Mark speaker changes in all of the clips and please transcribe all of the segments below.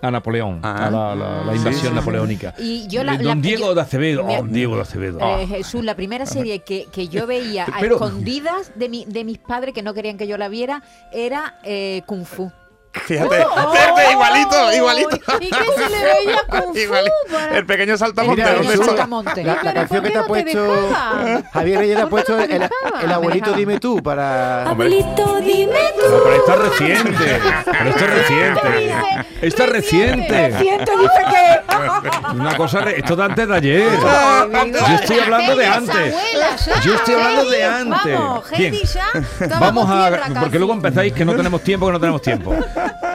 Speaker 1: a Napoleón,
Speaker 2: Ah.
Speaker 1: a la, la- la invasión napoleónica.
Speaker 3: Y yo la-
Speaker 1: Eh,
Speaker 3: la-
Speaker 1: Don Diego
Speaker 3: yo-
Speaker 1: de Acevedo.
Speaker 3: me-
Speaker 1: oh, Diego de Acevedo.
Speaker 3: Eh, Jesús, la primera serie que, que yo veía a
Speaker 1: Pero-
Speaker 3: escondidas de, mi- de mis padres que no querían que yo la viera era eh, Kung Fu.
Speaker 2: Ah,
Speaker 1: Eh,
Speaker 2: Fíjate,
Speaker 3: oh,
Speaker 4: Oh,
Speaker 2: Fíjate, igualito, igualito.
Speaker 4: ¿Y qué se le veía con
Speaker 2: Igualito. El pequeño saltamontes.
Speaker 5: Mira,
Speaker 2: ¿dónde
Speaker 5: el
Speaker 3: Pequeño
Speaker 2: está?
Speaker 3: Saltamonte.
Speaker 5: La,
Speaker 4: Pero
Speaker 5: la
Speaker 4: ¿por
Speaker 5: canción que
Speaker 4: qué
Speaker 5: te ha
Speaker 4: no te
Speaker 5: puesto.
Speaker 4: dejaba?
Speaker 5: Javier Reyes le
Speaker 4: ¿Por
Speaker 5: ha
Speaker 4: qué
Speaker 5: puesto
Speaker 4: no te
Speaker 5: el,
Speaker 4: dejaba?
Speaker 5: el abuelito,
Speaker 3: Me
Speaker 5: dime tú,
Speaker 3: Ah,
Speaker 5: para.
Speaker 6: Abuelito, dime tú.
Speaker 1: Pero está reciente. Pero está reciente.
Speaker 4: Dice,
Speaker 1: Está reciente.
Speaker 3: Siento, dice que...
Speaker 1: Una cosa, re- esto de antes de ayer. Yo estoy hablando de antes. Yo estoy hablando de antes.
Speaker 4: Vamos,
Speaker 1: Bien.
Speaker 4: Heidi ya. tomamos
Speaker 1: Vamos
Speaker 4: tierra
Speaker 1: a.
Speaker 4: casi.
Speaker 1: Porque luego empezáis que no tenemos tiempo, que no tenemos tiempo.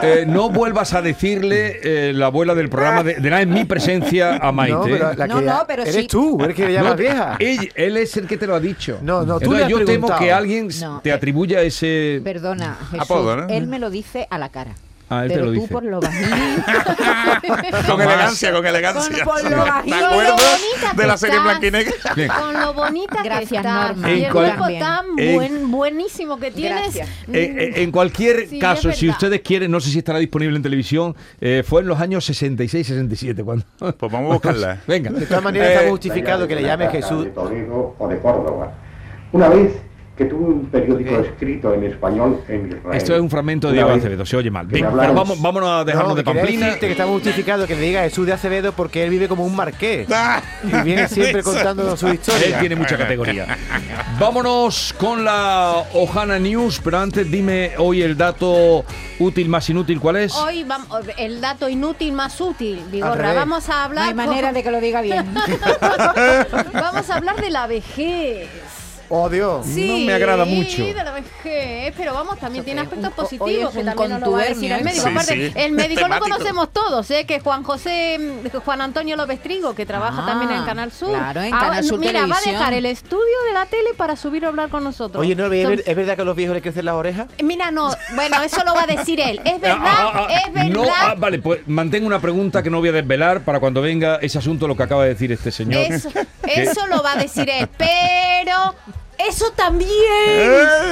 Speaker 1: Eh, no vuelvas a decirle eh, la abuela del programa de, de nada en mi presencia a Maite.
Speaker 5: No, pero la
Speaker 3: No,
Speaker 5: que-
Speaker 3: no, pero
Speaker 5: eres
Speaker 3: sí.
Speaker 5: tú, eres que le llamas
Speaker 1: No, eh,
Speaker 5: vieja.
Speaker 1: Él, él es el que te lo ha dicho.
Speaker 5: No, no, tú
Speaker 1: Entonces
Speaker 5: le has
Speaker 1: yo temo
Speaker 5: preguntado.
Speaker 1: que alguien s-
Speaker 3: No,
Speaker 1: te
Speaker 3: eh,
Speaker 1: atribuya ese.
Speaker 3: Perdona, Jesús,
Speaker 2: Apodo, ¿no?
Speaker 3: él me lo dice a la cara.
Speaker 1: Ah, él te
Speaker 3: pero
Speaker 1: lo
Speaker 3: tú
Speaker 1: dice.
Speaker 3: por lo bajín.
Speaker 2: Con
Speaker 1: Tomás.
Speaker 2: elegancia, con elegancia.
Speaker 3: Con- con lo
Speaker 2: ¿Te
Speaker 3: bajito,
Speaker 2: acuerdas
Speaker 4: lo bonita
Speaker 2: de la
Speaker 4: que
Speaker 2: serie
Speaker 4: estás.
Speaker 2: blanca y negra?
Speaker 1: Bien.
Speaker 4: Con lo bonita que
Speaker 3: Gracias,
Speaker 4: estás.
Speaker 3: Norma.
Speaker 4: Y
Speaker 1: En
Speaker 4: el
Speaker 1: cual-
Speaker 4: grupo tan
Speaker 1: en-
Speaker 4: buen, buenísimo que tienes.
Speaker 3: Gracias.
Speaker 1: Eh, eh, en cualquier
Speaker 4: Mm. Sí,
Speaker 1: caso,
Speaker 4: es
Speaker 1: si
Speaker 4: verdad.
Speaker 1: ustedes quieren, no sé si estará disponible en televisión, eh, fue en los años 66-67 cuando...
Speaker 2: Pues vamos a
Speaker 5: Ah.
Speaker 2: buscarla.
Speaker 1: Venga.
Speaker 5: De todas maneras,
Speaker 1: Eh,
Speaker 5: está justificado que le llames
Speaker 7: llame
Speaker 5: Jesús.
Speaker 7: De Toledo o de Córdoba. Una vez
Speaker 6: que tuve un periódico escrito en español en Israel.
Speaker 1: Esto es un fragmento de
Speaker 6: Una
Speaker 1: Diego
Speaker 6: vez-
Speaker 1: Acevedo, se oye mal. Venga,
Speaker 6: hablamos-
Speaker 1: pero vamos, vámonos a dejarnos
Speaker 5: No,
Speaker 1: de
Speaker 5: que quería
Speaker 1: pamplina.
Speaker 5: decirte que está justificado que le diga Jesús de Acevedo porque él vive como un marqués.
Speaker 2: Ah,
Speaker 5: Y viene siempre contándonos su
Speaker 1: Él
Speaker 5: historia.
Speaker 1: tiene mucha categoría. Vámonos con la Ojana News, pero antes dime hoy el dato útil más inútil, ¿cuál es?
Speaker 4: Hoy vamos, el dato inútil más útil,
Speaker 5: Al
Speaker 4: Vigorra.
Speaker 5: revés.
Speaker 4: Vamos a
Speaker 3: No
Speaker 4: hablar.
Speaker 3: hay manera
Speaker 4: con-
Speaker 3: de que lo diga bien.
Speaker 4: Vamos a hablar de la vejez.
Speaker 5: Oh, Dios.
Speaker 4: Sí,
Speaker 1: me agrada mucho.
Speaker 4: de la vejez, pero vamos, también tiene
Speaker 3: que
Speaker 4: aspectos
Speaker 3: un- hoy
Speaker 4: positivos
Speaker 3: es
Speaker 4: que
Speaker 3: un
Speaker 4: también nos lo va a decir
Speaker 3: contubernio,
Speaker 4: el
Speaker 3: ¿eh?
Speaker 4: médico.
Speaker 2: Sí,
Speaker 4: Aparte,
Speaker 2: sí.
Speaker 4: el médico
Speaker 2: Temático.
Speaker 4: lo conocemos todos, ¿eh? que Juan José, mm, Juan Antonio López Trigo, que trabaja
Speaker 3: Ah,
Speaker 4: también en Canal Sur.
Speaker 3: claro, en
Speaker 4: Ah,
Speaker 3: Canal Sur
Speaker 4: Mira, va a
Speaker 3: Televisión.
Speaker 4: dejar el estudio de la tele para subir a hablar con nosotros.
Speaker 5: Oye, ¿no ¿es,
Speaker 4: Son-
Speaker 5: ver- es verdad que a los viejos le crecen las orejas?
Speaker 4: Mira, no, bueno, eso lo va a decir él. Es verdad,
Speaker 1: Ah, ah, ah,
Speaker 4: es verdad.
Speaker 1: No, ah, vale, pues mantengo una pregunta que no voy a desvelar para cuando venga ese asunto, lo que acaba de decir este señor.
Speaker 4: Eso,
Speaker 1: ¿Qué?
Speaker 4: eso lo va a decir él, pero eso también.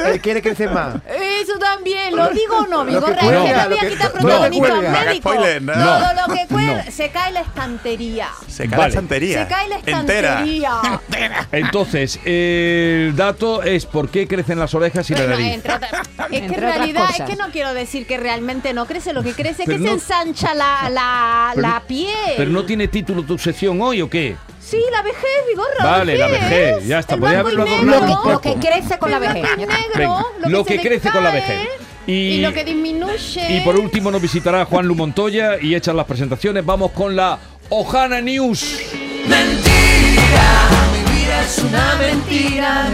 Speaker 5: Él quiere crecer más.
Speaker 4: Eso también, lo digo o no, mi
Speaker 5: Lo que
Speaker 4: gorra, es
Speaker 5: cuelga,
Speaker 4: que
Speaker 5: lo
Speaker 4: también
Speaker 5: que-
Speaker 4: aquí está
Speaker 5: no,
Speaker 4: protagonista
Speaker 5: no,
Speaker 2: no haga
Speaker 4: médico.
Speaker 2: spoiler, no.
Speaker 4: Todo lo que cuelga,
Speaker 1: No.
Speaker 4: se cae la estantería.
Speaker 2: Se cae
Speaker 1: Vale.
Speaker 2: la estantería.
Speaker 4: Se cae la
Speaker 2: Entera.
Speaker 4: estantería.
Speaker 1: Entonces, el dato es por qué crecen las orejas y la
Speaker 4: Bueno,
Speaker 1: nariz.
Speaker 4: entre otra- es que en
Speaker 3: Entre otras
Speaker 4: realidad es
Speaker 3: cosas.
Speaker 4: que no quiero decir que realmente no crece, lo que crece es
Speaker 1: Pero
Speaker 4: que
Speaker 1: no-
Speaker 4: se ensancha la, la,
Speaker 1: Pero-
Speaker 4: la piel.
Speaker 1: Pero no tiene título tu sección hoy o qué?
Speaker 4: Sí, la vejez, mi gorra.
Speaker 1: Vale, la vejez, ya está,
Speaker 4: El
Speaker 1: podía
Speaker 4: blanco y
Speaker 1: haberlo
Speaker 4: negro.
Speaker 1: adornado
Speaker 3: Lo que,
Speaker 1: un
Speaker 3: lo que
Speaker 1: poco.
Speaker 3: crece con la
Speaker 4: El
Speaker 3: vejez.
Speaker 4: blanco y negro,
Speaker 1: Venga, lo que
Speaker 4: se
Speaker 1: crece con la
Speaker 4: decae
Speaker 1: vejez. Y-
Speaker 4: y lo que disminuye.
Speaker 1: Y por último nos visitará Juan Lu Montoya y hechas las presentaciones, vamos con la Ojana News.
Speaker 8: Mentira, mi vida es una mentira.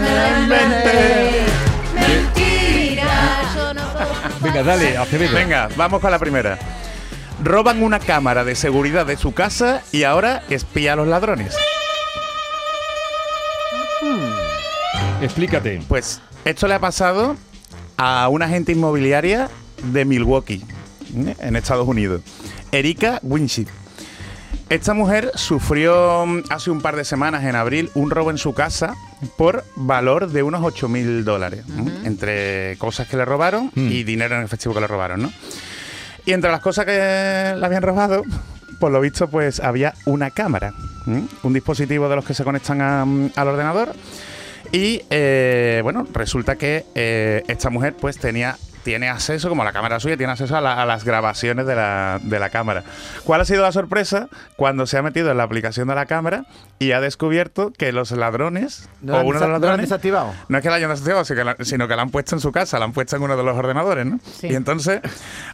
Speaker 4: Mentira, yo no soy-
Speaker 1: Venga, dale, Acevedo.
Speaker 2: Venga, vamos con la primera. Roban una cámara de seguridad de su casa y ahora espía a los ladrones.
Speaker 1: Explícate.
Speaker 2: Pues esto le ha pasado a una agente inmobiliaria de Milwaukee, ¿eh? en Estados Unidos, Erika Winship. Esta mujer sufrió mm, hace un par de semanas, en abril, un robo en su casa por valor de unos 8 mil dólares, ¿eh? entre cosas que le robaron y dinero en efectivo que le robaron, ¿no? Y entre las cosas que le habían robado, por lo visto, pues había una cámara, ¿m? un dispositivo de los que se conectan a, mm, al ordenador. Y eh, bueno, resulta que eh, esta mujer pues tenía tiene acceso, como la cámara suya, tiene acceso a, la- a las grabaciones de la, de la cámara. ¿Cuál ha sido la sorpresa? Cuando se ha metido en la aplicación de la cámara y ha descubierto que los ladrones, o
Speaker 5: No lo
Speaker 2: uno de los
Speaker 5: han, desa- no lo han
Speaker 2: ladrones,
Speaker 5: desactivado.
Speaker 2: no es que la hayan desactivado, sino que la, sino que la han puesto en su casa, la han puesto en uno de los ordenadores, ¿no?
Speaker 3: Sí.
Speaker 2: Y entonces,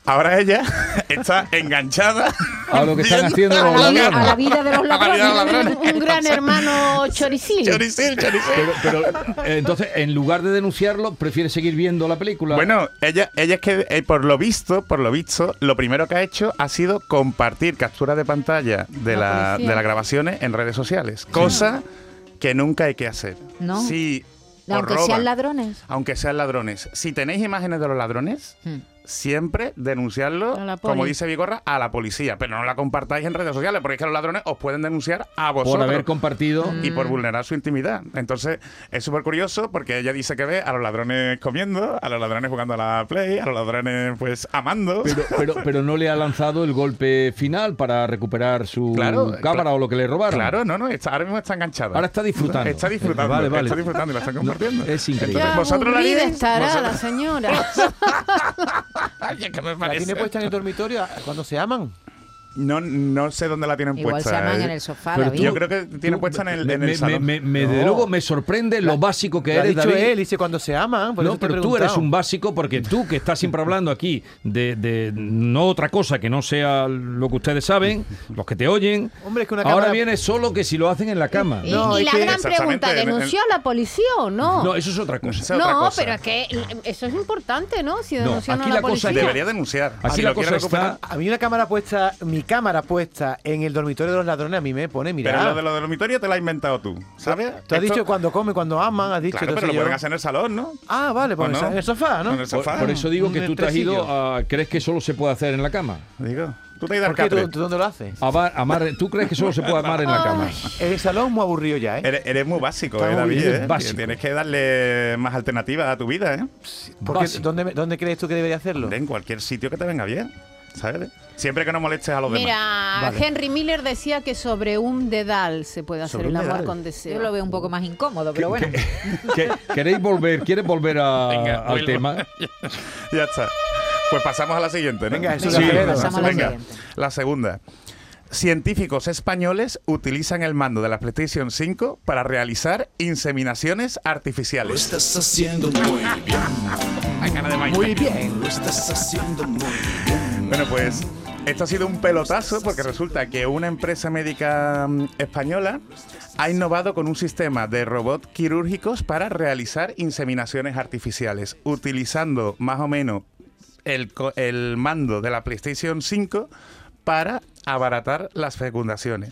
Speaker 2: ahora ella está enganchada
Speaker 1: A lo que están haciendo
Speaker 2: viendo
Speaker 1: los
Speaker 2: la
Speaker 1: ladrones.
Speaker 2: cámara.
Speaker 3: A la vida de los
Speaker 2: A la vida de los
Speaker 3: ladrones.
Speaker 2: ladrones.
Speaker 4: Un gran hermano choricil.
Speaker 2: Choricil, choricil.
Speaker 1: Pero, pero, eh, entonces, en lugar de denunciarlo, prefiere seguir viendo la película.
Speaker 2: Bueno, ella, ella es que eh, por lo visto, por lo visto, lo primero que ha hecho ha sido compartir capturas de pantalla de,
Speaker 4: La
Speaker 2: la,
Speaker 4: policía.
Speaker 2: de las grabaciones en redes sociales. Cosa que nunca hay que hacer.
Speaker 3: No.
Speaker 2: Si os
Speaker 3: Aunque
Speaker 2: roban,
Speaker 3: sean ladrones.
Speaker 2: aunque sean ladrones. Si tenéis imágenes de los ladrones,
Speaker 3: Hmm.
Speaker 2: siempre
Speaker 4: A
Speaker 2: denunciarlo,
Speaker 4: la
Speaker 2: como
Speaker 4: poli.
Speaker 2: dice Vigorra, a la policía. Pero no la compartáis en redes sociales, porque es que los ladrones os pueden denunciar a
Speaker 1: por
Speaker 2: vosotros
Speaker 1: haber compartido.
Speaker 4: Mm.
Speaker 2: y por vulnerar su intimidad. Entonces, es súper curioso porque ella dice que ve a los ladrones comiendo, a los ladrones jugando a la Play, a los ladrones pues amando.
Speaker 1: Pero, pero, pero no le ha lanzado el golpe final para recuperar su
Speaker 2: Claro,
Speaker 1: cámara
Speaker 2: cla-
Speaker 1: o lo que le robaron.
Speaker 2: Claro, no, no, está- ahora mismo está enganchada.
Speaker 1: Ahora está disfrutando.
Speaker 2: Está disfrutando,
Speaker 1: Vale, vale.
Speaker 2: está disfrutando y la están compartiendo.
Speaker 1: es increíble.
Speaker 2: Entonces,
Speaker 4: Ya
Speaker 2: ¿Vosotros la
Speaker 4: aburrida
Speaker 2: haríais?
Speaker 4: estará la
Speaker 2: ¿Vosotros?
Speaker 4: señora.
Speaker 2: Ay, es que me
Speaker 5: ¿La
Speaker 2: parece-
Speaker 5: tiene puesta en el dormitorio a- cuando se aman?
Speaker 2: No, no sé dónde la tienen
Speaker 3: Igual
Speaker 2: puesta.
Speaker 3: se aman en
Speaker 2: eh.
Speaker 3: el sofá,
Speaker 1: Pero
Speaker 3: David.
Speaker 2: Yo creo que tiene
Speaker 1: Tú-
Speaker 2: puesta en el,
Speaker 1: me-
Speaker 2: en el
Speaker 1: me-
Speaker 2: salón.
Speaker 1: me- me- de
Speaker 5: No.
Speaker 1: luego me sorprende lo básico que
Speaker 5: Lo ha
Speaker 1: eres,
Speaker 5: dicho
Speaker 1: David.
Speaker 5: él, dice cuando se aman. por
Speaker 1: No,
Speaker 5: eso te he
Speaker 1: pero tú eres
Speaker 5: preguntado.
Speaker 1: un básico porque tú que estás siempre hablando aquí de, de no otra cosa que no sea lo que ustedes saben, los que te oyen.
Speaker 5: Hombre, es que una
Speaker 1: ahora
Speaker 5: cámara- Eh,
Speaker 1: viene solo que si lo hacen en la cama.
Speaker 4: Y, y
Speaker 5: No, es
Speaker 4: la
Speaker 5: que-
Speaker 4: gran pregunta,
Speaker 2: Exactamente, en-
Speaker 4: ¿denunció a la policía o no?
Speaker 1: No, eso es otra cosa.
Speaker 2: Esa es otra
Speaker 4: No,
Speaker 2: cosa.
Speaker 4: pero es que eso es importante, ¿no? Si
Speaker 1: No,
Speaker 4: denunció
Speaker 1: aquí
Speaker 4: a
Speaker 1: la
Speaker 4: la
Speaker 1: cosa
Speaker 4: policía.
Speaker 1: es-
Speaker 2: Debería denunciar.
Speaker 1: Aquí
Speaker 2: Ah, Si
Speaker 1: la
Speaker 2: lo quiere
Speaker 1: cosa
Speaker 2: recuperar-
Speaker 1: está-
Speaker 5: A mí una cámara puesta, mi cámara puesta en el dormitorio de los ladrones a mí me pone, mira.
Speaker 2: Pero lo de los dormitorios te lo has inventado tú, ¿sabes?
Speaker 5: Tú has
Speaker 2: Esto-
Speaker 5: dicho cuando come, cuando aman, has dicho.
Speaker 2: Claro,
Speaker 5: no
Speaker 2: pero
Speaker 5: sé
Speaker 2: lo
Speaker 5: yo.
Speaker 2: pueden hacer en el salón, ¿no?
Speaker 5: Ah, vale, pues
Speaker 2: ¿O no?
Speaker 5: en el sofá, ¿no?
Speaker 2: En el
Speaker 1: Por,
Speaker 2: sofá.
Speaker 1: por eso digo que
Speaker 5: Un
Speaker 1: tú te has ido
Speaker 5: estresillo.
Speaker 1: a- ¿Crees que solo se puede hacer en la cama?
Speaker 2: Digo, tú te has ido al
Speaker 5: ¿Por qué?
Speaker 2: catre.
Speaker 5: ¿Tú, tú dónde lo haces?
Speaker 1: Amar- amar- ¿Tú crees que solo se puede amar en la cama?
Speaker 5: El salón es muy aburrido ya, ¿eh?
Speaker 2: Eres, eres muy básico,
Speaker 5: Está
Speaker 2: eh,
Speaker 5: muy
Speaker 2: David.
Speaker 1: bien,
Speaker 2: eh.
Speaker 1: eres básico.
Speaker 2: Tienes que darle más alternativas a tu vida, ¿eh?
Speaker 5: Porque,
Speaker 1: Básico.
Speaker 5: ¿dónde, ¿Dónde crees tú que debería hacerlo?
Speaker 2: Hombre, En cualquier sitio que te venga bien. ¿sabes? Siempre que no molestes a los demás.
Speaker 4: Mira,
Speaker 2: Vale.
Speaker 4: Henry Miller decía que sobre un dedal se puede hacer
Speaker 2: Sobre
Speaker 4: el
Speaker 2: un
Speaker 4: amor
Speaker 2: dedal.
Speaker 4: con
Speaker 3: Yo
Speaker 4: deseo.
Speaker 3: lo veo un poco más incómodo, pero bueno.
Speaker 1: ¿Qué- ¿Queréis volver? ¿Quieres volver a-
Speaker 7: Venga,
Speaker 1: al
Speaker 7: vuelvo.
Speaker 1: tema?
Speaker 2: Ya está. Pues pasamos a la siguiente, ¿no?
Speaker 5: Venga, Jesús
Speaker 3: Sí,
Speaker 5: Acevedo.
Speaker 3: pasamos a la
Speaker 2: Venga,
Speaker 3: siguiente.
Speaker 2: la segunda. Científicos españoles utilizan el mando de la PlayStation 5 para realizar inseminaciones
Speaker 8: Lo
Speaker 2: artificiales.
Speaker 8: estás haciendo muy bien.
Speaker 7: Hay ganas de bailar.
Speaker 5: Muy bien.
Speaker 8: Lo estás haciendo muy bien.
Speaker 2: Bueno, pues esto ha sido un pelotazo porque resulta que una empresa médica mm, española ha innovado con un sistema de robots quirúrgicos para realizar inseminaciones artificiales, utilizando más o menos el, co- el mando de la PlayStation 5 para abaratar las fecundaciones.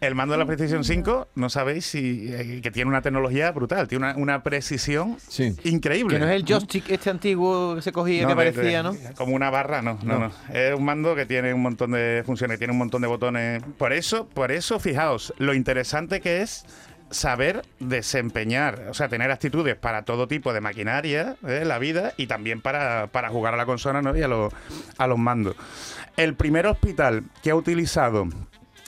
Speaker 2: El mando de la PlayStation 5, no sabéis si, eh, que tiene una tecnología brutal, tiene una, una precisión
Speaker 1: Sí.
Speaker 2: increíble.
Speaker 5: Que no es el joystick este antiguo que se cogía, que
Speaker 2: No, de-
Speaker 5: parecía,
Speaker 2: de-
Speaker 5: ¿no?
Speaker 2: Como una barra, no, no, no. Es un mando que tiene un montón de funciones, tiene un montón de botones. Por eso, por eso, fijaos, lo interesante que es saber desempeñar, o sea, tener actitudes para todo tipo de maquinaria ¿eh? en la vida y también para, para jugar a la consola ¿no? y a, los- a los mandos. El primer hospital que ha utilizado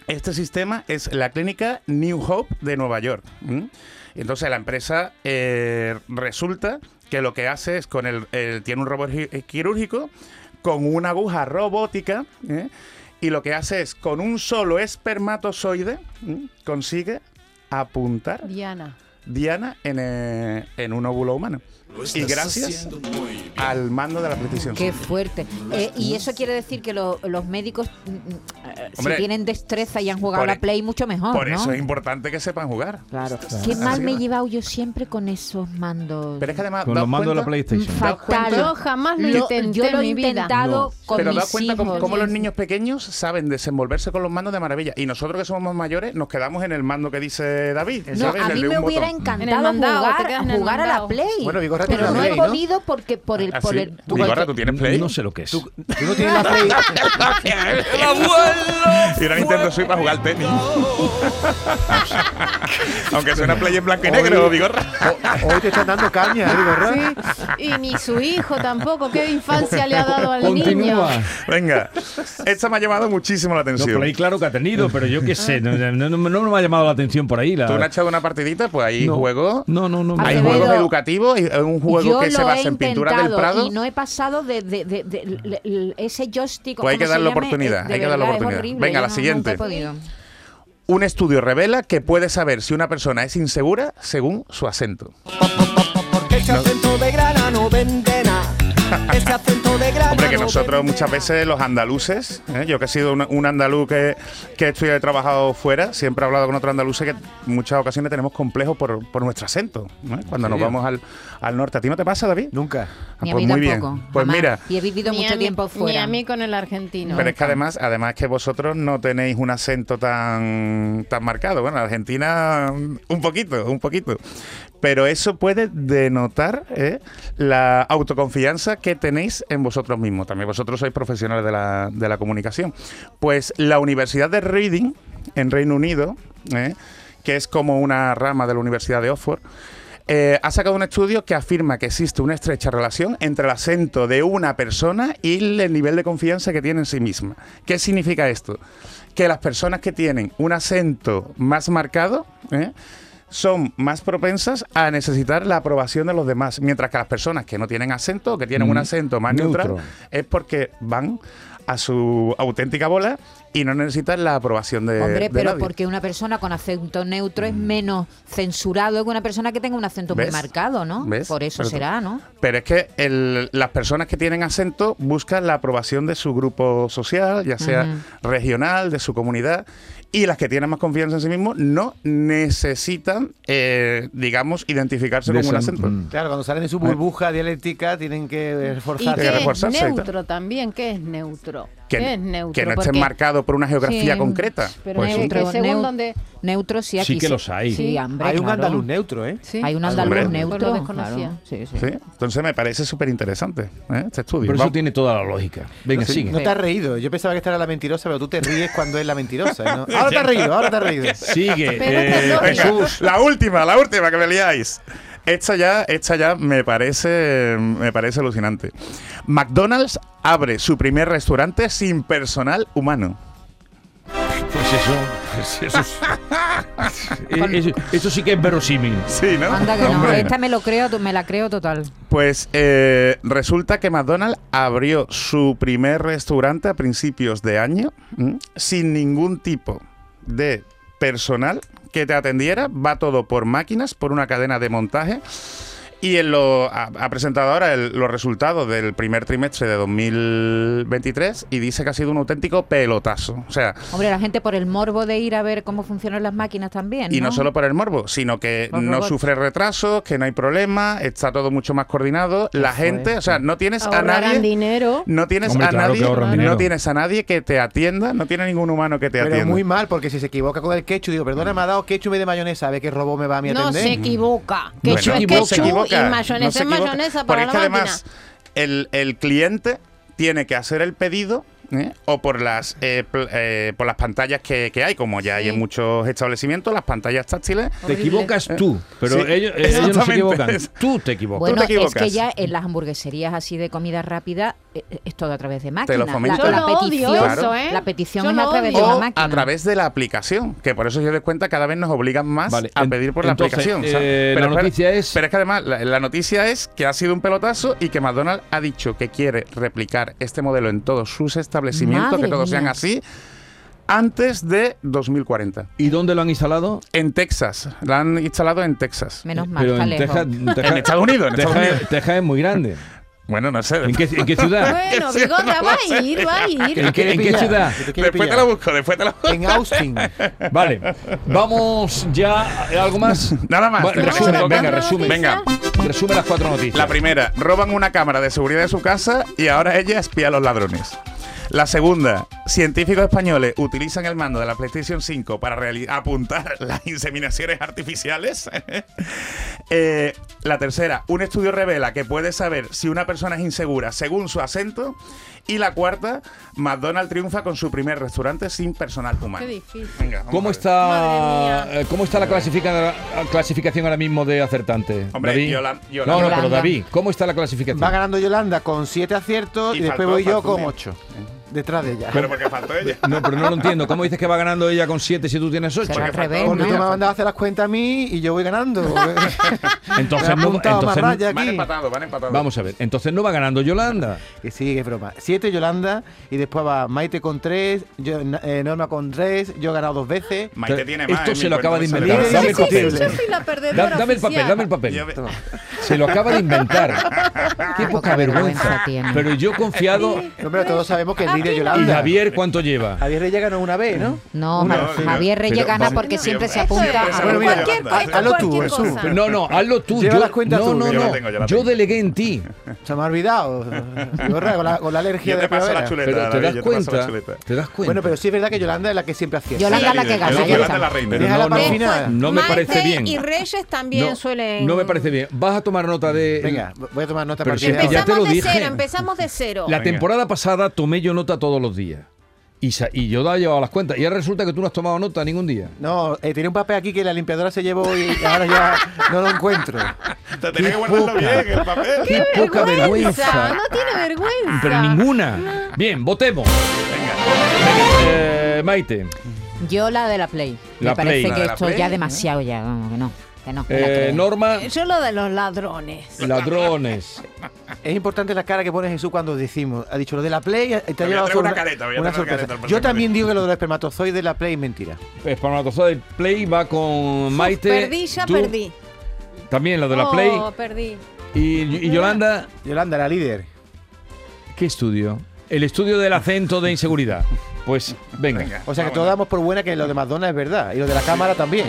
Speaker 2: este sistema es la clínica New Hope de Nueva York. ¿m? Entonces la empresa eh, resulta que lo que hace es con el, el- tiene un robot gi- eh, quirúrgico con una aguja robótica ¿eh? y lo que hace es con un solo espermatozoide ¿m? consigue apuntar
Speaker 4: Diana.
Speaker 2: Diana en, eh, en un óvulo humano.
Speaker 8: Lo estás
Speaker 2: Y gracias
Speaker 8: haciendo muy bien.
Speaker 2: al mando de la PlayStation.
Speaker 3: Qué fuerte. Eh, y eso quiere decir que lo- los médicos, mm, mm, eh,
Speaker 2: Hombre,
Speaker 3: si tienen destreza y han jugado
Speaker 2: por
Speaker 3: a
Speaker 2: e-
Speaker 3: la Play, mucho mejor.
Speaker 2: Por
Speaker 3: ¿no?
Speaker 2: eso es importante que sepan jugar.
Speaker 3: Claro. Qué mal
Speaker 2: Así
Speaker 3: me he
Speaker 2: va.
Speaker 3: llevado yo siempre con esos mandos. Mm,
Speaker 2: Pero es que además
Speaker 1: Con
Speaker 2: daos
Speaker 1: los mandos de la
Speaker 2: Ah, cuenta-
Speaker 1: PlayStation.
Speaker 2: daos cuenta-
Speaker 3: Fatal.
Speaker 4: Yo jamás lo
Speaker 3: Lo-
Speaker 4: intenté
Speaker 3: yo lo
Speaker 4: en
Speaker 3: he
Speaker 4: mi vida.
Speaker 3: intentado
Speaker 1: No.
Speaker 3: con
Speaker 2: Pero
Speaker 3: mis
Speaker 2: das cuenta
Speaker 3: hijos.
Speaker 2: cómo, cómo los niños pequeños saben desenvolverse con los mandos de maravilla. Y nosotros que somos mayores nos quedamos en el mando que dice David.
Speaker 3: No,
Speaker 2: ¿sabes?
Speaker 3: a
Speaker 2: El
Speaker 3: mí
Speaker 2: de
Speaker 3: me
Speaker 2: un
Speaker 3: hubiera
Speaker 2: botón.
Speaker 4: En el
Speaker 3: encantado
Speaker 4: mandado, te
Speaker 3: jugar,
Speaker 4: quedas en el
Speaker 3: jugar a la
Speaker 4: mandado.
Speaker 3: Play.
Speaker 5: Bueno, Vigorra
Speaker 3: pero
Speaker 5: tiene
Speaker 3: no
Speaker 5: la
Speaker 3: he
Speaker 5: Play, ¿no?
Speaker 3: podido porque por el
Speaker 2: Ah,
Speaker 3: por
Speaker 2: sí.
Speaker 3: el
Speaker 2: Tú, Vigorra, ¿tú tienes Play?
Speaker 1: No sé lo que es.
Speaker 5: Tú no tienes la Play.
Speaker 7: ¡El abuelo!
Speaker 2: ¿eh? Y ahora Nintendo Switch para jugar al tenis. Aunque suena play en blanco y
Speaker 5: Hoy-
Speaker 2: negro, Vigorra.
Speaker 5: Ho- Hoy te están dando caña, ¿eh, Vigorra.
Speaker 4: Sí, y ni su hijo tampoco. ¿Qué infancia le ha dado al niño?
Speaker 1: Continúa.
Speaker 2: Venga, esta me ha llamado muchísimo la
Speaker 1: No,
Speaker 2: atención.
Speaker 1: por ahí claro que ha tenido, pero yo qué sé, no, no- no- no me ha llamado la atención por ahí. La...
Speaker 2: ¿Tú no has echado una partidita? Pues hay
Speaker 1: No.
Speaker 2: juegos.
Speaker 1: No, no, no.
Speaker 2: Hay
Speaker 1: no.
Speaker 3: Acevedo.
Speaker 2: juegos educativos, hay un juego
Speaker 3: Yo
Speaker 2: que se
Speaker 3: lo
Speaker 2: basa
Speaker 3: he
Speaker 2: en pinturas del
Speaker 3: intentado
Speaker 2: Prado.
Speaker 3: Y no he pasado de, de- de- de- le- le- ese joystick. o
Speaker 2: Pues hay
Speaker 3: como
Speaker 2: que
Speaker 3: se
Speaker 2: darle
Speaker 3: llame,
Speaker 2: oportunidad,
Speaker 3: es- de
Speaker 2: hay que darle
Speaker 3: verdad, es
Speaker 2: oportunidad.
Speaker 3: horrible,
Speaker 2: Venga,
Speaker 3: yo
Speaker 2: la
Speaker 3: no-
Speaker 2: siguiente. Ah,
Speaker 3: nunca he podido.
Speaker 2: Un estudio revela que puede saber si una persona es insegura según su acento.
Speaker 8: Ese Este acento de grana no vende nada. Ese acento de grana.
Speaker 2: Hombre, que
Speaker 8: no
Speaker 2: nosotros
Speaker 8: vende
Speaker 2: muchas
Speaker 8: nada.
Speaker 2: veces los andaluces, ¿eh? yo que he sido un, un andaluz que, que he estudiado y he trabajado fuera, siempre he hablado con otros andaluces que en muchas ocasiones tenemos complejos por, por nuestro acento, ¿no? cuando nos
Speaker 1: serio?
Speaker 2: vamos al, al norte. ¿A ti no te pasa, David?
Speaker 5: Nunca.
Speaker 2: Ah,
Speaker 3: Ni a
Speaker 2: pues
Speaker 3: mí
Speaker 2: muy bien.
Speaker 3: tampoco,
Speaker 2: Pues
Speaker 3: jamás.
Speaker 2: mira,
Speaker 3: Y he vivido
Speaker 4: Ni a
Speaker 3: mucho
Speaker 4: mí-
Speaker 3: tiempo fuera.
Speaker 4: Ni a mí con el argentino.
Speaker 2: pero es que además, además que vosotros no tenéis un acento tan, tan marcado. Bueno, Argentina mm, un poquito, un poquito. Pero eso puede denotar ¿eh? la autoconfianza que tenéis en vosotros mismos. También vosotros sois profesionales de la, de la comunicación. Pues la Universidad de Reading, en Reino Unido, ¿eh? que es como una rama de la Universidad de Oxford, eh, ha sacado un estudio que afirma que existe una estrecha relación entre el acento de una persona y el nivel de confianza que tiene en sí misma. ¿Qué significa esto? Que las personas que tienen un acento más marcado ¿eh? son más propensas a necesitar la aprobación de los demás, mientras que las personas que no tienen acento o que tienen un
Speaker 1: Mm,
Speaker 2: acento más neutral,
Speaker 1: neutro.
Speaker 2: es porque van a su auténtica bola y no necesitan la aprobación de,
Speaker 3: Hombre,
Speaker 2: Eh, de
Speaker 3: pero
Speaker 2: nadie. Mm.
Speaker 3: porque una persona con acento neutro es menos censurado que una persona que tenga un acento muy
Speaker 2: ¿Ves?
Speaker 3: marcado, ¿no?
Speaker 2: ¿Ves?
Speaker 3: Por eso
Speaker 2: Pero-
Speaker 3: será, ¿no?
Speaker 2: Pero es que el- las personas que tienen acento buscan la aprobación de su grupo social, ya sea regional, de su comunidad, y las que tienen más confianza en sí mismos no necesitan, eh, digamos, identificarse con un
Speaker 1: Desen-
Speaker 2: acento.
Speaker 1: Mm.
Speaker 5: Claro, cuando salen de su burbuja dialéctica tienen que
Speaker 4: ¿Y
Speaker 2: Hay que
Speaker 4: qué
Speaker 5: esforzarse.
Speaker 4: es
Speaker 2: reforzarse y tal.
Speaker 4: neutro también? ¿Qué es neutro?
Speaker 2: Que,
Speaker 4: ¿Qué es neutro?
Speaker 2: que no estén
Speaker 4: Porque-
Speaker 2: marcados por una geografía
Speaker 3: Sí,
Speaker 2: concreta.
Speaker 4: Pero
Speaker 1: Pues
Speaker 4: es que
Speaker 3: neutro,
Speaker 4: según
Speaker 3: neu-
Speaker 4: donde...
Speaker 3: Neutro
Speaker 1: Sí
Speaker 3: sí aquí.
Speaker 1: que los hay.
Speaker 3: Sí, hombre,
Speaker 5: Hay un
Speaker 3: claro.
Speaker 5: andaluz neutro, ¿eh?
Speaker 4: Sí.
Speaker 3: Hay un andaluz
Speaker 2: Hombre.
Speaker 4: Pues
Speaker 3: neutro.
Speaker 4: lo desconocía.
Speaker 3: claro. Sí, sí.
Speaker 2: Sí, Entonces me parece súper interesante este estudio.
Speaker 1: Pero eso
Speaker 2: Vamos.
Speaker 1: tiene toda la lógica. Venga, sigue.
Speaker 5: No te has reído. Yo pensaba que esta era la mentirosa, pero tú te ríes cuando es la mentirosa. ¿no? Ahora te has reído, ahora te has reído.
Speaker 1: Sigue.
Speaker 4: Pero esta es
Speaker 1: eh,
Speaker 4: lógica.
Speaker 2: Venga,
Speaker 1: Jesús.
Speaker 2: la última, la última que me liáis. Esta ya, esta ya me parece, me parece alucinante. McDonald's abre su primer restaurante sin personal humano.
Speaker 1: Pues eso, pues eso, es- eh, eso, eso sí que es verosímil.
Speaker 2: Sí, ¿no?
Speaker 3: Anda que no, eh,
Speaker 2: Hombre.
Speaker 3: esta me lo creo, me la creo total.
Speaker 2: Pues eh, resulta que McDonald's abrió su primer restaurante a principios de año ¿m? sin ningún tipo de personal que te atendiera. Va todo por máquinas, por una cadena de montaje. Y en lo, ha, ha presentado ahora el- los resultados del primer trimestre de 2023 y dice que ha sido un auténtico pelotazo. O sea,
Speaker 3: Hombre, la gente por el morbo de ir a ver cómo funcionan las máquinas también.
Speaker 2: y no solo por el morbo, sino que
Speaker 3: Los
Speaker 2: no
Speaker 3: robots.
Speaker 2: sufre retrasos, que no hay problema, está todo mucho más coordinado. La gente, o sea, no tienes a nadie.
Speaker 4: Ahorrarán dinero.
Speaker 2: No tienes
Speaker 1: Hombre,
Speaker 2: a
Speaker 1: claro que
Speaker 2: nadie,
Speaker 1: ahorran
Speaker 2: no
Speaker 1: dinero.
Speaker 2: tienes a nadie que te atienda, no tiene ningún humano que te
Speaker 5: Pero
Speaker 2: atienda.
Speaker 5: muy mal, porque si se equivoca con el ketchup, digo, perdona, me ha dado ketchup y de mayonesa, a ver qué robo me va a mi
Speaker 4: No se
Speaker 5: atender.
Speaker 4: equivoca. Que
Speaker 2: Bueno,
Speaker 4: chu-
Speaker 2: no
Speaker 4: es
Speaker 2: se
Speaker 4: que chu
Speaker 2: equivoca,
Speaker 4: y
Speaker 2: no
Speaker 4: mayonesa
Speaker 2: se
Speaker 4: es
Speaker 2: equivoca.
Speaker 4: mayonesa
Speaker 2: Porque
Speaker 4: para
Speaker 2: es
Speaker 4: la
Speaker 2: que
Speaker 4: máquina.
Speaker 2: además el, el cliente tiene que hacer el pedido ¿eh? o por las eh, pl- eh, por las pantallas que, que hay, como ya hay en muchos establecimientos, las pantallas táctiles.
Speaker 1: Te equivocas tú, pero
Speaker 2: Sí,
Speaker 1: ellos, eh, ellos no se
Speaker 2: exactamente.
Speaker 1: equivocan. Tú te equivocas.
Speaker 3: Bueno,
Speaker 2: te
Speaker 3: es que
Speaker 2: equivocas.
Speaker 3: ya en las hamburguerías así de comida rápida eh, eh, es todo a través de
Speaker 2: Te lo
Speaker 3: máquinas.
Speaker 2: fomentan.
Speaker 3: La,
Speaker 2: Yo
Speaker 3: la
Speaker 4: lo odio
Speaker 3: petición,
Speaker 4: eso, ¿eh?
Speaker 3: la petición
Speaker 4: Yo
Speaker 3: es
Speaker 4: lo
Speaker 3: a través de
Speaker 4: odio.
Speaker 3: una
Speaker 2: O
Speaker 3: máquina.
Speaker 2: a través de la aplicación, que por eso si os dais cuenta cada vez nos obligan más
Speaker 1: Vale,
Speaker 2: a
Speaker 1: en-
Speaker 2: pedir por la
Speaker 1: entonces,
Speaker 2: aplicación.
Speaker 1: eh,
Speaker 2: ¿sabes?
Speaker 1: la noticia es-
Speaker 2: Pero es que además la, la noticia es que ha sido un pelotazo y que McDonald's ha dicho que quiere replicar este modelo en todos sus establecimientos,
Speaker 3: Madre
Speaker 2: que todos
Speaker 3: mía.
Speaker 2: sean así, antes de 2040.
Speaker 1: ¿Y dónde lo han instalado?
Speaker 2: En Texas, la han instalado en Texas.
Speaker 3: Menos mal,
Speaker 1: Pero
Speaker 3: está
Speaker 1: en
Speaker 3: lejos.
Speaker 1: Texas, Texas-
Speaker 2: En Estados Unidos, en Estados
Speaker 1: Texas-
Speaker 2: Unidos.
Speaker 1: Texas es muy grande.
Speaker 2: Bueno, no sé.
Speaker 1: ¿En qué, en qué ciudad?
Speaker 4: Bueno,
Speaker 2: Sí,
Speaker 4: Bigorra
Speaker 2: no
Speaker 4: va
Speaker 2: lo
Speaker 4: a ir, va a ir.
Speaker 1: ¿En qué, en qué ciudad?
Speaker 2: Después te la busco, después te la busco.
Speaker 5: En Austin.
Speaker 1: Vale, vamos ya. ¿Algo más?
Speaker 2: Nada más.
Speaker 1: Bueno,
Speaker 2: Te la
Speaker 1: resumen,
Speaker 2: busco.
Speaker 1: venga,
Speaker 4: otra
Speaker 1: resumen.
Speaker 2: Venga.
Speaker 1: Resume las cuatro noticias.
Speaker 2: La primera, roban una cámara de seguridad de su casa y ahora ella espía a los ladrones. La segunda, científicos españoles utilizan el mando de la PlayStation 5 para reali- apuntar las inseminaciones artificiales. Eh, la tercera, un estudio revela que puede saber si una persona es insegura según su acento. Y la cuarta, McDonald's triunfa con su primer restaurante sin personal humano.
Speaker 4: Qué difícil.
Speaker 2: Venga, vamos
Speaker 1: ¿Cómo
Speaker 2: a ver.
Speaker 1: está,
Speaker 4: Madre mía.
Speaker 1: eh, ¿Cómo está la, clasifica- la clasificación ahora mismo de acertante?
Speaker 2: Hombre,
Speaker 1: David.
Speaker 2: Yolan- Yolanda.
Speaker 1: no, no, pero
Speaker 3: Yolanda.
Speaker 1: David, ¿cómo está la
Speaker 5: Va
Speaker 1: clasificación?
Speaker 5: ganando Yolanda con siete aciertos
Speaker 2: Y
Speaker 5: y, después
Speaker 2: faltó-
Speaker 5: voy yo
Speaker 2: faltó un
Speaker 5: con
Speaker 2: día.
Speaker 5: ocho. ¿eh? Detrás de ella.
Speaker 2: Pero porque faltó ella.
Speaker 1: No, pero no lo entiendo. ¿Cómo dices que va ganando ella con 7 si tú tienes 8?
Speaker 3: Será al
Speaker 2: Porque faltó
Speaker 3: revés,
Speaker 2: un
Speaker 5: Porque
Speaker 3: ¿no?
Speaker 5: tú me
Speaker 2: día.
Speaker 5: has mandado a hacer las cuentas a mí y yo voy ganando. Me
Speaker 1: Entonces,
Speaker 5: ha
Speaker 1: no,
Speaker 5: apuntado más
Speaker 1: entonces no-
Speaker 5: raya
Speaker 2: Van
Speaker 5: aquí.
Speaker 2: empatados, van empatados.
Speaker 1: vamos a ver. Entonces no va ganando Yolanda.
Speaker 5: Que sí, que es broma. Siete Yolanda y después va Maite con tres, yo, eh, Norma con tres, yo he ganado dos veces.
Speaker 2: Maite tiene más.
Speaker 1: Esto
Speaker 2: ¿eh?
Speaker 1: se lo acaba de
Speaker 2: 1400.
Speaker 1: inventar.
Speaker 5: Dame
Speaker 4: Sí,
Speaker 5: el
Speaker 4: sí,
Speaker 5: papel.
Speaker 4: sí, yo soy la perdedora.
Speaker 1: Da- dame el papel,
Speaker 4: oficial.
Speaker 1: dame el
Speaker 2: Yo
Speaker 1: papel.
Speaker 2: ve-
Speaker 1: Se lo acaba de inventar. Qué poca vergüenza.
Speaker 3: vergüenza tiene.
Speaker 1: Pero yo confiado.
Speaker 5: No, pero todos sabemos que el líder es
Speaker 1: ¿Y
Speaker 5: Yolanda.
Speaker 1: Javier cuánto lleva?
Speaker 5: Javier Reyes ganó una vez, ¿no?
Speaker 3: No,
Speaker 2: No,
Speaker 3: Mar-
Speaker 2: sí,
Speaker 3: Javier
Speaker 2: no.
Speaker 3: Reyes
Speaker 1: Pero
Speaker 3: gana
Speaker 1: vamos-
Speaker 3: porque siempre se
Speaker 4: Esto
Speaker 3: apunta
Speaker 2: Siempre
Speaker 3: a
Speaker 2: se
Speaker 5: Bueno,
Speaker 4: es
Speaker 2: mira,
Speaker 4: cualquier
Speaker 2: Yolanda.
Speaker 4: cosa,
Speaker 5: Hazlo tú,
Speaker 4: cualquier
Speaker 5: Jesús.
Speaker 4: cosa.
Speaker 1: No, no, hazlo tú.
Speaker 5: Lleva
Speaker 1: yo,
Speaker 5: las cuentas
Speaker 1: no,
Speaker 5: tú.
Speaker 1: no,
Speaker 2: Yo la
Speaker 1: no.
Speaker 2: tengo, yo la
Speaker 1: Yo
Speaker 2: tengo.
Speaker 1: delegué en ti.
Speaker 5: Se me ha olvidado. Gorra, con, la, con la alergia
Speaker 2: Yo
Speaker 5: de
Speaker 2: te paso la
Speaker 5: primavera.
Speaker 2: chuleta,
Speaker 1: Pero te
Speaker 2: David,
Speaker 1: das
Speaker 2: yo te paso la
Speaker 1: cuenta.
Speaker 2: chuleta.
Speaker 1: Te das cuenta.
Speaker 5: Bueno, pero sí es verdad que Yolanda es la que siempre acierta.
Speaker 3: Yolanda es la que gana. ya
Speaker 2: Yolanda
Speaker 3: está.
Speaker 2: la reina.
Speaker 5: Deja
Speaker 1: No,
Speaker 5: la
Speaker 1: no,
Speaker 5: parfina.
Speaker 1: no me parece
Speaker 4: Maite
Speaker 1: bien.
Speaker 4: Y Reyes también
Speaker 1: no,
Speaker 4: suelen.
Speaker 1: no me parece bien. Vas a tomar nota de.
Speaker 5: Venga, voy a tomar nota
Speaker 1: Pero si
Speaker 5: partida.
Speaker 1: es que ya
Speaker 4: Empezamos
Speaker 1: te lo
Speaker 4: de
Speaker 1: dije.
Speaker 4: cero, empezamos de cero.
Speaker 1: La
Speaker 2: Venga.
Speaker 1: temporada pasada tomé yo nota todos los días. Y, sa- y yo la llevaba las cuentas. Y ahora resulta que tú no has tomado nota ningún día.
Speaker 5: No, eh, tenía un papel aquí que la limpiadora se llevó y ahora ya no lo encuentro.
Speaker 2: Te tenés que guardarlo bien, el papel.
Speaker 1: ¡Qué poca vergüenza!
Speaker 4: No tiene vergüenza.
Speaker 1: Pero ninguna. Bien, votemos. Eh, Maite,
Speaker 3: Yo la de la Play.
Speaker 1: La
Speaker 3: me
Speaker 1: Play.
Speaker 3: parece
Speaker 2: La de
Speaker 3: que
Speaker 2: la
Speaker 3: esto
Speaker 2: Play,
Speaker 3: ya
Speaker 2: ¿eh?
Speaker 3: demasiado ya, vamos, que no, que no. que la
Speaker 1: eh,
Speaker 3: creo.
Speaker 1: Norma,
Speaker 4: Yo lo de los ladrones.
Speaker 1: ladrones.
Speaker 5: Es importante la cara que pone Jesús cuando decimos. Ha dicho lo de la Play y te
Speaker 2: Te
Speaker 5: ha
Speaker 2: voy a
Speaker 5: llevado
Speaker 2: traer una
Speaker 5: sorpre-
Speaker 2: careta, voy a
Speaker 5: una
Speaker 2: traer una
Speaker 5: sorpresa.
Speaker 2: careta, por
Speaker 5: Yo
Speaker 2: si
Speaker 5: también
Speaker 2: acaso.
Speaker 5: digo que lo del espermatozoide de la Play es mentira.
Speaker 1: Espermatozoide de Play va con Maite.
Speaker 4: Perdí, ya
Speaker 1: tú,
Speaker 4: perdí.
Speaker 1: También lo de la
Speaker 4: Oh,
Speaker 1: Play.
Speaker 4: perdí.
Speaker 1: Y, y Yolanda,
Speaker 5: Yolanda, la líder.
Speaker 1: ¿qué estudio? El estudio del acento de inseguridad. Pues venga.
Speaker 2: Venga,
Speaker 5: O sea que
Speaker 2: vámonos.
Speaker 5: todos damos por buena que lo de Madonna es verdad. Y lo de la cámara también.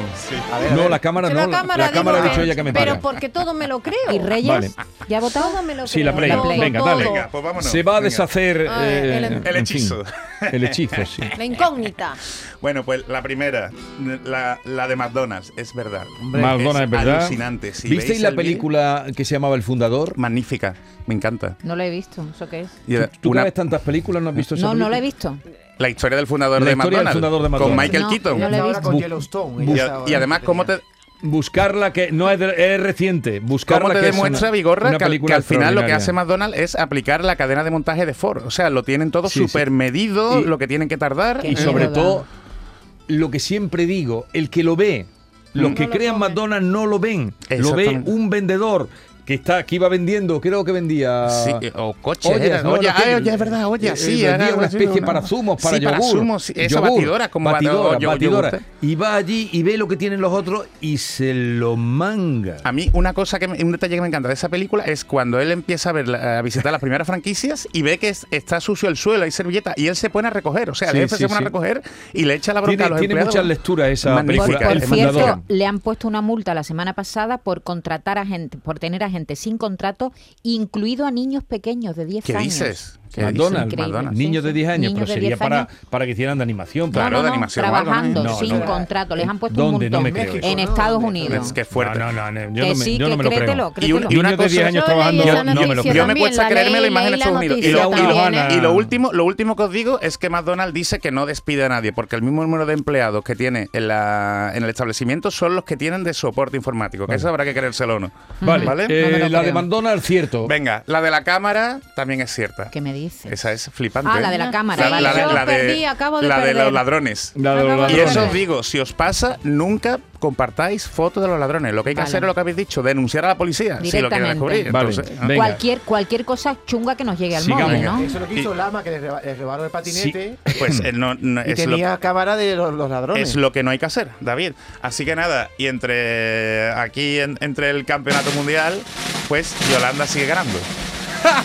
Speaker 5: A ver, a
Speaker 1: No,
Speaker 5: ver.
Speaker 1: la cámara
Speaker 4: Yo
Speaker 1: no. La, la
Speaker 4: digo
Speaker 1: cámara ha
Speaker 4: que-
Speaker 1: dicho ella que me
Speaker 4: Pero
Speaker 1: para.
Speaker 4: porque todo me lo creo.
Speaker 3: ¿Y Reyes?
Speaker 1: Vale.
Speaker 3: ¿Ya ha votado?
Speaker 4: Todo me lo
Speaker 1: Sí, la
Speaker 4: creo,
Speaker 1: Play.
Speaker 4: todo,
Speaker 1: Venga,
Speaker 4: todo.
Speaker 1: dale.
Speaker 2: Venga, pues vámonos.
Speaker 1: Se va a
Speaker 2: Venga.
Speaker 1: deshacer
Speaker 4: Ah, el-
Speaker 1: eh,
Speaker 2: El
Speaker 1: en fin,
Speaker 2: hechizo.
Speaker 1: el hechizo, sí.
Speaker 4: La incógnita.
Speaker 2: Bueno, pues la primera, la, la de McDonald's, es verdad. Hombre,
Speaker 1: Madonna, es verdad.
Speaker 2: alucinante. Si
Speaker 1: ¿Visteis
Speaker 2: veis
Speaker 1: la
Speaker 2: el vídeo-
Speaker 1: película que se llamaba El Fundador?
Speaker 2: Magnífica, me encanta.
Speaker 3: No la he visto, ¿eso qué es?
Speaker 2: Y era
Speaker 1: ¿Tú
Speaker 2: una-
Speaker 1: que ves tantas películas no has
Speaker 2: Pues
Speaker 1: visto esa
Speaker 3: No, no la he
Speaker 1: película?
Speaker 3: visto.
Speaker 2: la historia del fundador,
Speaker 1: La
Speaker 2: de,
Speaker 1: historia del
Speaker 2: McDonald's,
Speaker 1: fundador de
Speaker 2: con
Speaker 1: McDonald's.
Speaker 2: Michael
Speaker 3: No,
Speaker 2: Keaton.
Speaker 3: no la he
Speaker 5: Ahora
Speaker 3: visto.
Speaker 5: con Yellowstone.
Speaker 2: Y,
Speaker 5: ella
Speaker 2: a-
Speaker 5: ahora
Speaker 2: y además,
Speaker 5: que
Speaker 2: ¿cómo
Speaker 5: tenía.
Speaker 2: te,
Speaker 1: buscarla que no es, de- es reciente. Buscarla
Speaker 2: ¿Cómo te
Speaker 1: que es
Speaker 2: demuestra
Speaker 1: una-
Speaker 2: Vigorra
Speaker 1: una
Speaker 2: que, al- que
Speaker 1: película
Speaker 2: al final lo que
Speaker 1: extraordinaria.
Speaker 2: hace McDonald's es aplicar la cadena de montaje de Ford? O sea, lo tienen todo
Speaker 1: Sí, sí.
Speaker 2: súper medido,
Speaker 1: Y-
Speaker 2: lo que tienen que tardar.
Speaker 3: Qué
Speaker 1: Y
Speaker 2: Eh,
Speaker 1: sobre
Speaker 3: mierda.
Speaker 1: todo, lo que siempre digo, el que lo ve, los
Speaker 3: Mm.
Speaker 1: que
Speaker 4: lo
Speaker 1: crean
Speaker 4: come.
Speaker 1: McDonald's no lo ven. Lo ve
Speaker 2: Exactamente.
Speaker 1: un vendedor que está que iba vendiendo, creo que vendía
Speaker 2: Sí, eh, o coches, eran,
Speaker 1: ¿no?
Speaker 2: ollas.
Speaker 1: Lo que-
Speaker 2: Ay, ollas, ah, es verdad, ollas,
Speaker 1: eh,
Speaker 2: sí,
Speaker 1: vendía
Speaker 2: era algo
Speaker 1: una
Speaker 2: así,
Speaker 1: especie
Speaker 2: una-
Speaker 1: para zumos, para
Speaker 2: Sí, para
Speaker 1: yogur.
Speaker 2: zumos, sí, esas
Speaker 1: yogur,
Speaker 2: batidoras con
Speaker 1: batidora,
Speaker 2: batidor- yogur,
Speaker 1: batidora.
Speaker 2: yogur.
Speaker 1: Y va allí y ve lo que tienen los otros y se lo manga.
Speaker 2: A mí una cosa que me- un detalle que me encanta de esa película es cuando él empieza a, ver, la- a visitar las primeras franquicias y ve que es- está sucio el suelo, hay servilletas y él se pone a recoger, o sea,
Speaker 1: Sí,
Speaker 2: el jefe
Speaker 1: sí,
Speaker 2: se pone
Speaker 1: sí.
Speaker 2: a recoger y le echa la bronca a
Speaker 1: Tiene,
Speaker 2: los
Speaker 1: tiene
Speaker 2: empleados.
Speaker 1: muchas lecturas esa
Speaker 2: Magnífica,
Speaker 3: Por,
Speaker 1: película.
Speaker 3: por
Speaker 1: El
Speaker 3: cierto,
Speaker 1: fundador.
Speaker 3: le han puesto una multa la semana pasada por contratar a gente, por tener a gente sin contrato, incluido a niños pequeños de 10
Speaker 2: ¿Qué
Speaker 3: años.
Speaker 2: dices? ¿Qué
Speaker 1: McDonald's,
Speaker 2: dices? McDonald's.
Speaker 1: niños de 10 años,
Speaker 3: Niños
Speaker 1: pero
Speaker 3: de
Speaker 1: sería
Speaker 3: 10
Speaker 1: para,
Speaker 3: años.
Speaker 1: para que hicieran de animación.
Speaker 3: No,
Speaker 1: para-
Speaker 2: Claro,
Speaker 3: no,
Speaker 2: de
Speaker 3: no,
Speaker 2: animación o algo, ¿no?
Speaker 3: trabajando,
Speaker 1: No,
Speaker 3: sin
Speaker 1: no.
Speaker 3: contrato. Les han puesto
Speaker 1: ¿Dónde?
Speaker 5: En
Speaker 3: un
Speaker 1: No
Speaker 3: montón.
Speaker 1: me creo.
Speaker 5: México,
Speaker 3: en
Speaker 5: ¿no?
Speaker 3: Estados
Speaker 5: Me
Speaker 3: Unidos.
Speaker 5: creo.
Speaker 2: Es que es fuerte.
Speaker 1: No, no, no, yo
Speaker 3: Que
Speaker 1: no me,
Speaker 3: sí,
Speaker 1: yo no
Speaker 3: que
Speaker 1: me lo
Speaker 3: créetelo,
Speaker 1: creo.
Speaker 2: Y un-
Speaker 3: créetelo.
Speaker 2: y una
Speaker 1: Niños de
Speaker 2: cosa-
Speaker 1: 10 años
Speaker 4: Yo leí
Speaker 1: trabajando.
Speaker 4: esa
Speaker 1: Yo no me lo
Speaker 4: noticia
Speaker 1: creo.
Speaker 2: Yo me he puesto a
Speaker 4: también,
Speaker 2: creerme la
Speaker 4: leí,
Speaker 2: imagen de
Speaker 4: leí
Speaker 2: Estados Unidos. Y
Speaker 4: noticia
Speaker 2: lo, y lo-
Speaker 4: también,
Speaker 1: Johanna.
Speaker 4: ¿eh?
Speaker 2: y lo último, lo último que os digo es que McDonald's dice que no despide a nadie, porque el mismo número de empleados que tiene en, la- en el establecimiento son los que tienen de soporte informático, que eso habrá que creérselo o no.
Speaker 1: Vale, eh,
Speaker 3: No me lo
Speaker 1: la de
Speaker 3: creo.
Speaker 1: McDonald's, cierto.
Speaker 2: Venga, la de la cámara también es cierta.
Speaker 3: ¿Qué me dices?
Speaker 2: Esa es flipante.
Speaker 3: Ah, la de
Speaker 2: ¿eh?
Speaker 3: la cámara,
Speaker 2: La,
Speaker 3: vale.
Speaker 2: la de,
Speaker 4: Yo
Speaker 2: la de-
Speaker 4: perdí, acabo de
Speaker 2: la de
Speaker 4: perder.
Speaker 2: los ladrones.
Speaker 1: La de los
Speaker 4: Acabo de
Speaker 2: Y
Speaker 1: ladrones.
Speaker 2: eso os digo, si os pasa, nunca compartáis fotos de los ladrones. Lo que hay que
Speaker 3: Vale.
Speaker 2: hacer es lo que habéis dicho, denunciar a la policía si lo quieren
Speaker 3: Directamente.
Speaker 2: descubrir.
Speaker 1: Vale,
Speaker 2: Entonces,
Speaker 1: venga.
Speaker 3: Cualquier, cualquier cosa chunga que nos llegue al
Speaker 1: Sigamos.
Speaker 3: móvil, ¿no?
Speaker 5: Eso es lo que hizo Lama, que le reba- le robaron el patinete
Speaker 2: pues eh, no, no-
Speaker 5: y
Speaker 2: es, lo,
Speaker 5: tenía cámara de los, los ladrones.
Speaker 2: es lo que no hay que hacer, David. Así que nada, y entre aquí, en- entre el campeonato mundial, pues Yolanda sigue ganando.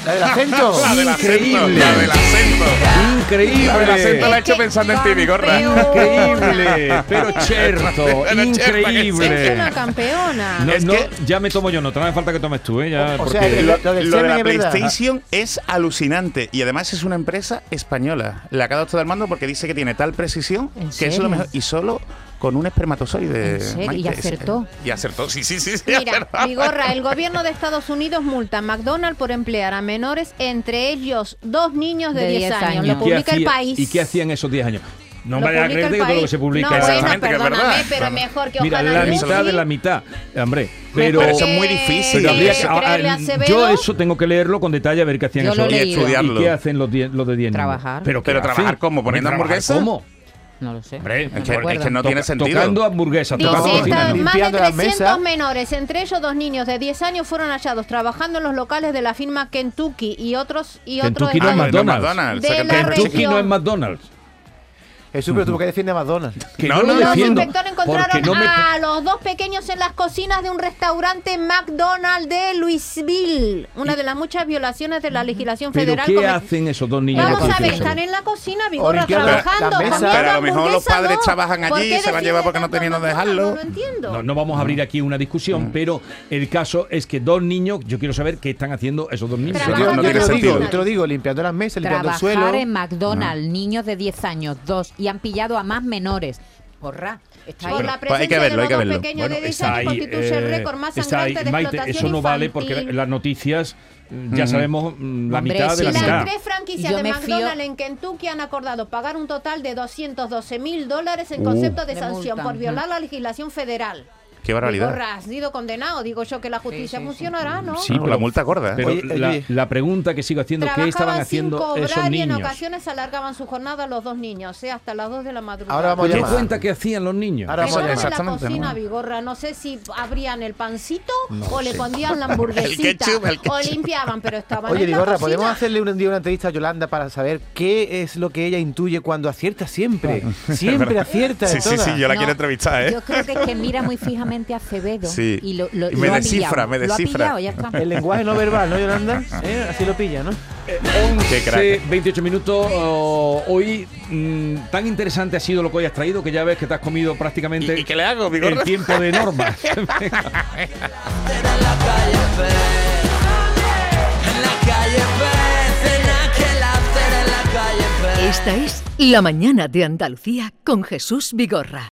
Speaker 5: La del acento.
Speaker 2: La del acento,
Speaker 1: Increíble.
Speaker 2: la del acento. La del acento
Speaker 1: Increíble.
Speaker 2: la he hecho pensando en ti, mi
Speaker 1: Increíble, pero cierto,
Speaker 2: Pero cierto que sí.
Speaker 4: Es
Speaker 1: increíble.
Speaker 4: una campeona.
Speaker 1: No,
Speaker 2: Es
Speaker 1: no,
Speaker 2: que-
Speaker 1: ya me tomo yo nota, no hace falta que tomes tú, ¿eh? Ya,
Speaker 5: O
Speaker 1: porque-
Speaker 5: sea,
Speaker 2: Lo,
Speaker 5: lo del
Speaker 2: lo de
Speaker 5: semen
Speaker 2: la
Speaker 5: es verdad.
Speaker 2: PlayStation es alucinante y además es una empresa española. La que ha dado todo el mando porque dice que tiene tal precisión
Speaker 3: ¿En
Speaker 2: que es lo
Speaker 3: serio?
Speaker 2: mejor. Y solo con un espermatozoide.
Speaker 3: ¿En serio?
Speaker 2: Maite.
Speaker 3: ¿Y acertó?
Speaker 2: Y acertó, sí, sí, sí. sí,
Speaker 4: Mira,
Speaker 2: acertó.
Speaker 4: Vigorra, el gobierno de Estados Unidos multa a McDonald's por emplear a menores, entre ellos dos niños de,
Speaker 3: De
Speaker 4: 10
Speaker 3: 10
Speaker 4: años.
Speaker 3: años.
Speaker 4: Lo
Speaker 1: ¿Y qué
Speaker 4: publica el
Speaker 1: hacía-
Speaker 4: país.
Speaker 1: ¿Y qué hacían esos 10 años? No
Speaker 4: Lo
Speaker 1: me vayas a
Speaker 4: publica
Speaker 1: creer
Speaker 4: el
Speaker 1: que todo lo que
Speaker 4: país.
Speaker 1: se publica.
Speaker 4: No, bueno,
Speaker 2: Exactamente, que es
Speaker 4: perdóname,
Speaker 2: verdad.
Speaker 4: pero
Speaker 2: Vamos.
Speaker 4: mejor que
Speaker 1: Mira,
Speaker 4: ojalá
Speaker 1: la
Speaker 4: no
Speaker 1: mitad
Speaker 4: sí.
Speaker 1: de la mitad. Hombre, pero.
Speaker 4: Mejor
Speaker 2: Pero eso es
Speaker 4: que-
Speaker 2: muy
Speaker 1: pero
Speaker 2: difícil. Sí,
Speaker 1: habría
Speaker 2: que
Speaker 1: que-
Speaker 4: creerle a
Speaker 1: ah,
Speaker 4: Acevedo.
Speaker 1: yo eso tengo que leerlo con detalle a ver qué hacían
Speaker 3: Yo lo
Speaker 1: esos
Speaker 3: leí.
Speaker 2: y
Speaker 3: leído.
Speaker 1: ¿Y
Speaker 2: estudiarlo.
Speaker 1: qué hacen los, die- los de 10 niños?
Speaker 3: Trabajar.
Speaker 2: Pero
Speaker 1: qué
Speaker 2: trabajar
Speaker 1: hacen?
Speaker 2: cómo, poniendo
Speaker 1: ¿Trabajar
Speaker 2: hamburguesa?
Speaker 1: ¿Cómo?
Speaker 3: No lo sé.
Speaker 1: Hombre,
Speaker 3: No
Speaker 2: es,
Speaker 3: me
Speaker 2: que,
Speaker 3: acuerdo.
Speaker 2: es que no tiene sentido.
Speaker 1: Tocando hamburguesas, tocando
Speaker 4: Dice,
Speaker 5: cocina,
Speaker 4: estas
Speaker 1: cocinas.
Speaker 5: ¿no?
Speaker 4: más de
Speaker 5: Limpiando las
Speaker 4: 300
Speaker 5: mesas.
Speaker 4: menores, entre ellos dos niños de 10 años, fueron hallados trabajando en los locales de la firma Kentucky y otros y otros
Speaker 1: Kentucky no
Speaker 2: Ah,
Speaker 1: es
Speaker 4: estados.
Speaker 2: no,
Speaker 1: McDonald's.
Speaker 2: McDonald's.
Speaker 4: De
Speaker 2: saca-
Speaker 4: la
Speaker 2: que-
Speaker 1: Kentucky
Speaker 4: región.
Speaker 1: no es McDonald's.
Speaker 5: Jesús, pero tuvo que decir de McDonald's.
Speaker 1: Que
Speaker 2: No,
Speaker 1: yo
Speaker 2: no,
Speaker 1: lo
Speaker 2: no,
Speaker 4: Los
Speaker 1: defiendo.
Speaker 4: inspectores
Speaker 1: porque
Speaker 4: encontraron
Speaker 1: no me-
Speaker 4: a los dos pequeños en las cocinas de un restaurante McDonald's de Louisville, una de las muchas violaciones de la legislación
Speaker 1: ¿Pero
Speaker 4: federal.
Speaker 1: qué
Speaker 4: come-
Speaker 1: hacen esos dos niños?
Speaker 4: Vamos
Speaker 1: de
Speaker 4: a ver,
Speaker 1: cocina?
Speaker 4: están en la cocina, Vigorra,
Speaker 5: Orientando
Speaker 2: la- la
Speaker 4: trabajando,
Speaker 5: mesa.
Speaker 4: comiendo
Speaker 2: Pero a lo mejor los
Speaker 4: hamburguesa,
Speaker 2: padres
Speaker 4: no.
Speaker 2: trabajan allí
Speaker 4: ¿Por
Speaker 2: y
Speaker 4: qué
Speaker 2: se la lleva
Speaker 4: defienden
Speaker 2: porque no
Speaker 4: tanto
Speaker 2: tenían dónde
Speaker 4: McDonald's?
Speaker 2: dejarlo?
Speaker 4: No lo
Speaker 1: No,
Speaker 4: entiendo.
Speaker 1: no vamos a abrir aquí una discusión, pero el caso es que dos niños, yo quiero saber qué están haciendo esos dos niños.
Speaker 4: Trabajan
Speaker 5: yo,
Speaker 4: no
Speaker 5: yo
Speaker 4: tiene
Speaker 5: te lo digo,
Speaker 4: sentido.
Speaker 5: yo te lo digo, limpiando las mesas, limpiando el suelo.
Speaker 3: Trabajar en McDonald's, niños de 10 años, dos, y han pillado a más menores. Porra, está ahí.
Speaker 4: Por la
Speaker 2: Pues hay que
Speaker 4: presencia
Speaker 2: verlo, hay que
Speaker 4: de los
Speaker 2: verlo.
Speaker 4: dos pequeños
Speaker 1: Bueno,
Speaker 4: de 10
Speaker 1: está
Speaker 4: años
Speaker 1: ahí,
Speaker 4: constituye el
Speaker 1: eh,
Speaker 4: récord más
Speaker 1: está
Speaker 4: sangrante
Speaker 1: ahí,
Speaker 4: de
Speaker 1: Maite,
Speaker 4: explotación
Speaker 1: eso no vale
Speaker 4: infantil.
Speaker 1: porque las noticias mm, ya sabemos mm, la
Speaker 3: Hombre,
Speaker 1: mitad de
Speaker 3: sí,
Speaker 1: la
Speaker 3: la
Speaker 1: mitad.
Speaker 4: Las tres franquicias
Speaker 3: Yo
Speaker 4: de
Speaker 3: me fío-
Speaker 4: McDonald's en Kentucky han acordado pagar un total de 212 mil dólares
Speaker 2: Uh,
Speaker 4: en concepto de
Speaker 3: De
Speaker 4: sanción
Speaker 3: multa,
Speaker 4: por
Speaker 3: ujú.
Speaker 4: violar la legislación federal.
Speaker 2: Qué barbaridad.
Speaker 4: Vigorra, has sido condenado. Digo yo que la justicia
Speaker 3: sí, sí.
Speaker 4: funcionará, ¿no?
Speaker 1: Sí,
Speaker 2: Ah,
Speaker 1: pero-
Speaker 2: la multa gorda. ¿eh?
Speaker 1: Pero
Speaker 5: Oye,
Speaker 1: la,
Speaker 5: oye.
Speaker 1: la pregunta que sigo haciendo, ¿qué estaban
Speaker 4: Trabajaban sin
Speaker 1: haciendo esos
Speaker 4: cobrar y en
Speaker 1: niños?
Speaker 4: ocasiones alargaban su jornada los dos niños, ¿eh? hasta las 2 de la madrugada.
Speaker 5: Ahora vamos a
Speaker 1: ¿Qué
Speaker 5: llamar.
Speaker 1: cuenta que hacían los niños?
Speaker 5: Ahora vamos a
Speaker 4: Estaban en la
Speaker 2: Exactamente,
Speaker 4: cocina,
Speaker 2: ¿no?
Speaker 4: Vigorra. No sé si abrían el pancito o le pondían la hamburguesita.
Speaker 2: El ketchup, el ketchup.
Speaker 4: O limpiaban, pero estaban
Speaker 5: Oye,
Speaker 4: en la
Speaker 5: Vigorra,
Speaker 4: cocina.
Speaker 5: ¿podemos hacerle un día una entrevista a Yolanda para saber qué es lo que ella intuye cuando acierta siempre? Siempre acierta. de
Speaker 2: Sí, sí, sí,
Speaker 5: todas.
Speaker 2: yo la
Speaker 3: No,
Speaker 2: quiero entrevistar, ¿eh?
Speaker 3: Yo creo que es que mira muy fijamente a Acevedo
Speaker 2: Sí.
Speaker 3: y lo, lo-
Speaker 2: Y me
Speaker 3: lo ha
Speaker 2: descifra,
Speaker 3: pillado,
Speaker 2: me
Speaker 3: Lo ha
Speaker 2: descifra.
Speaker 3: pillado, ya está.
Speaker 5: El lenguaje no verbal, ¿no, Yolanda? ¿Eh? Así lo pilla, ¿no?
Speaker 2: Qué crack.
Speaker 1: Sí, 28 minutos. oh, hoy mm, tan interesante ha sido lo que hoy has traído que ya ves que te has comido prácticamente
Speaker 2: ¿Y- y qué le hago, Vigorra?
Speaker 1: el tiempo de norma.
Speaker 8: En la calle P, en la calle P, cena que la cena en la calle P.
Speaker 9: Esta es La Mañana de Andalucía con Jesús Vigorra.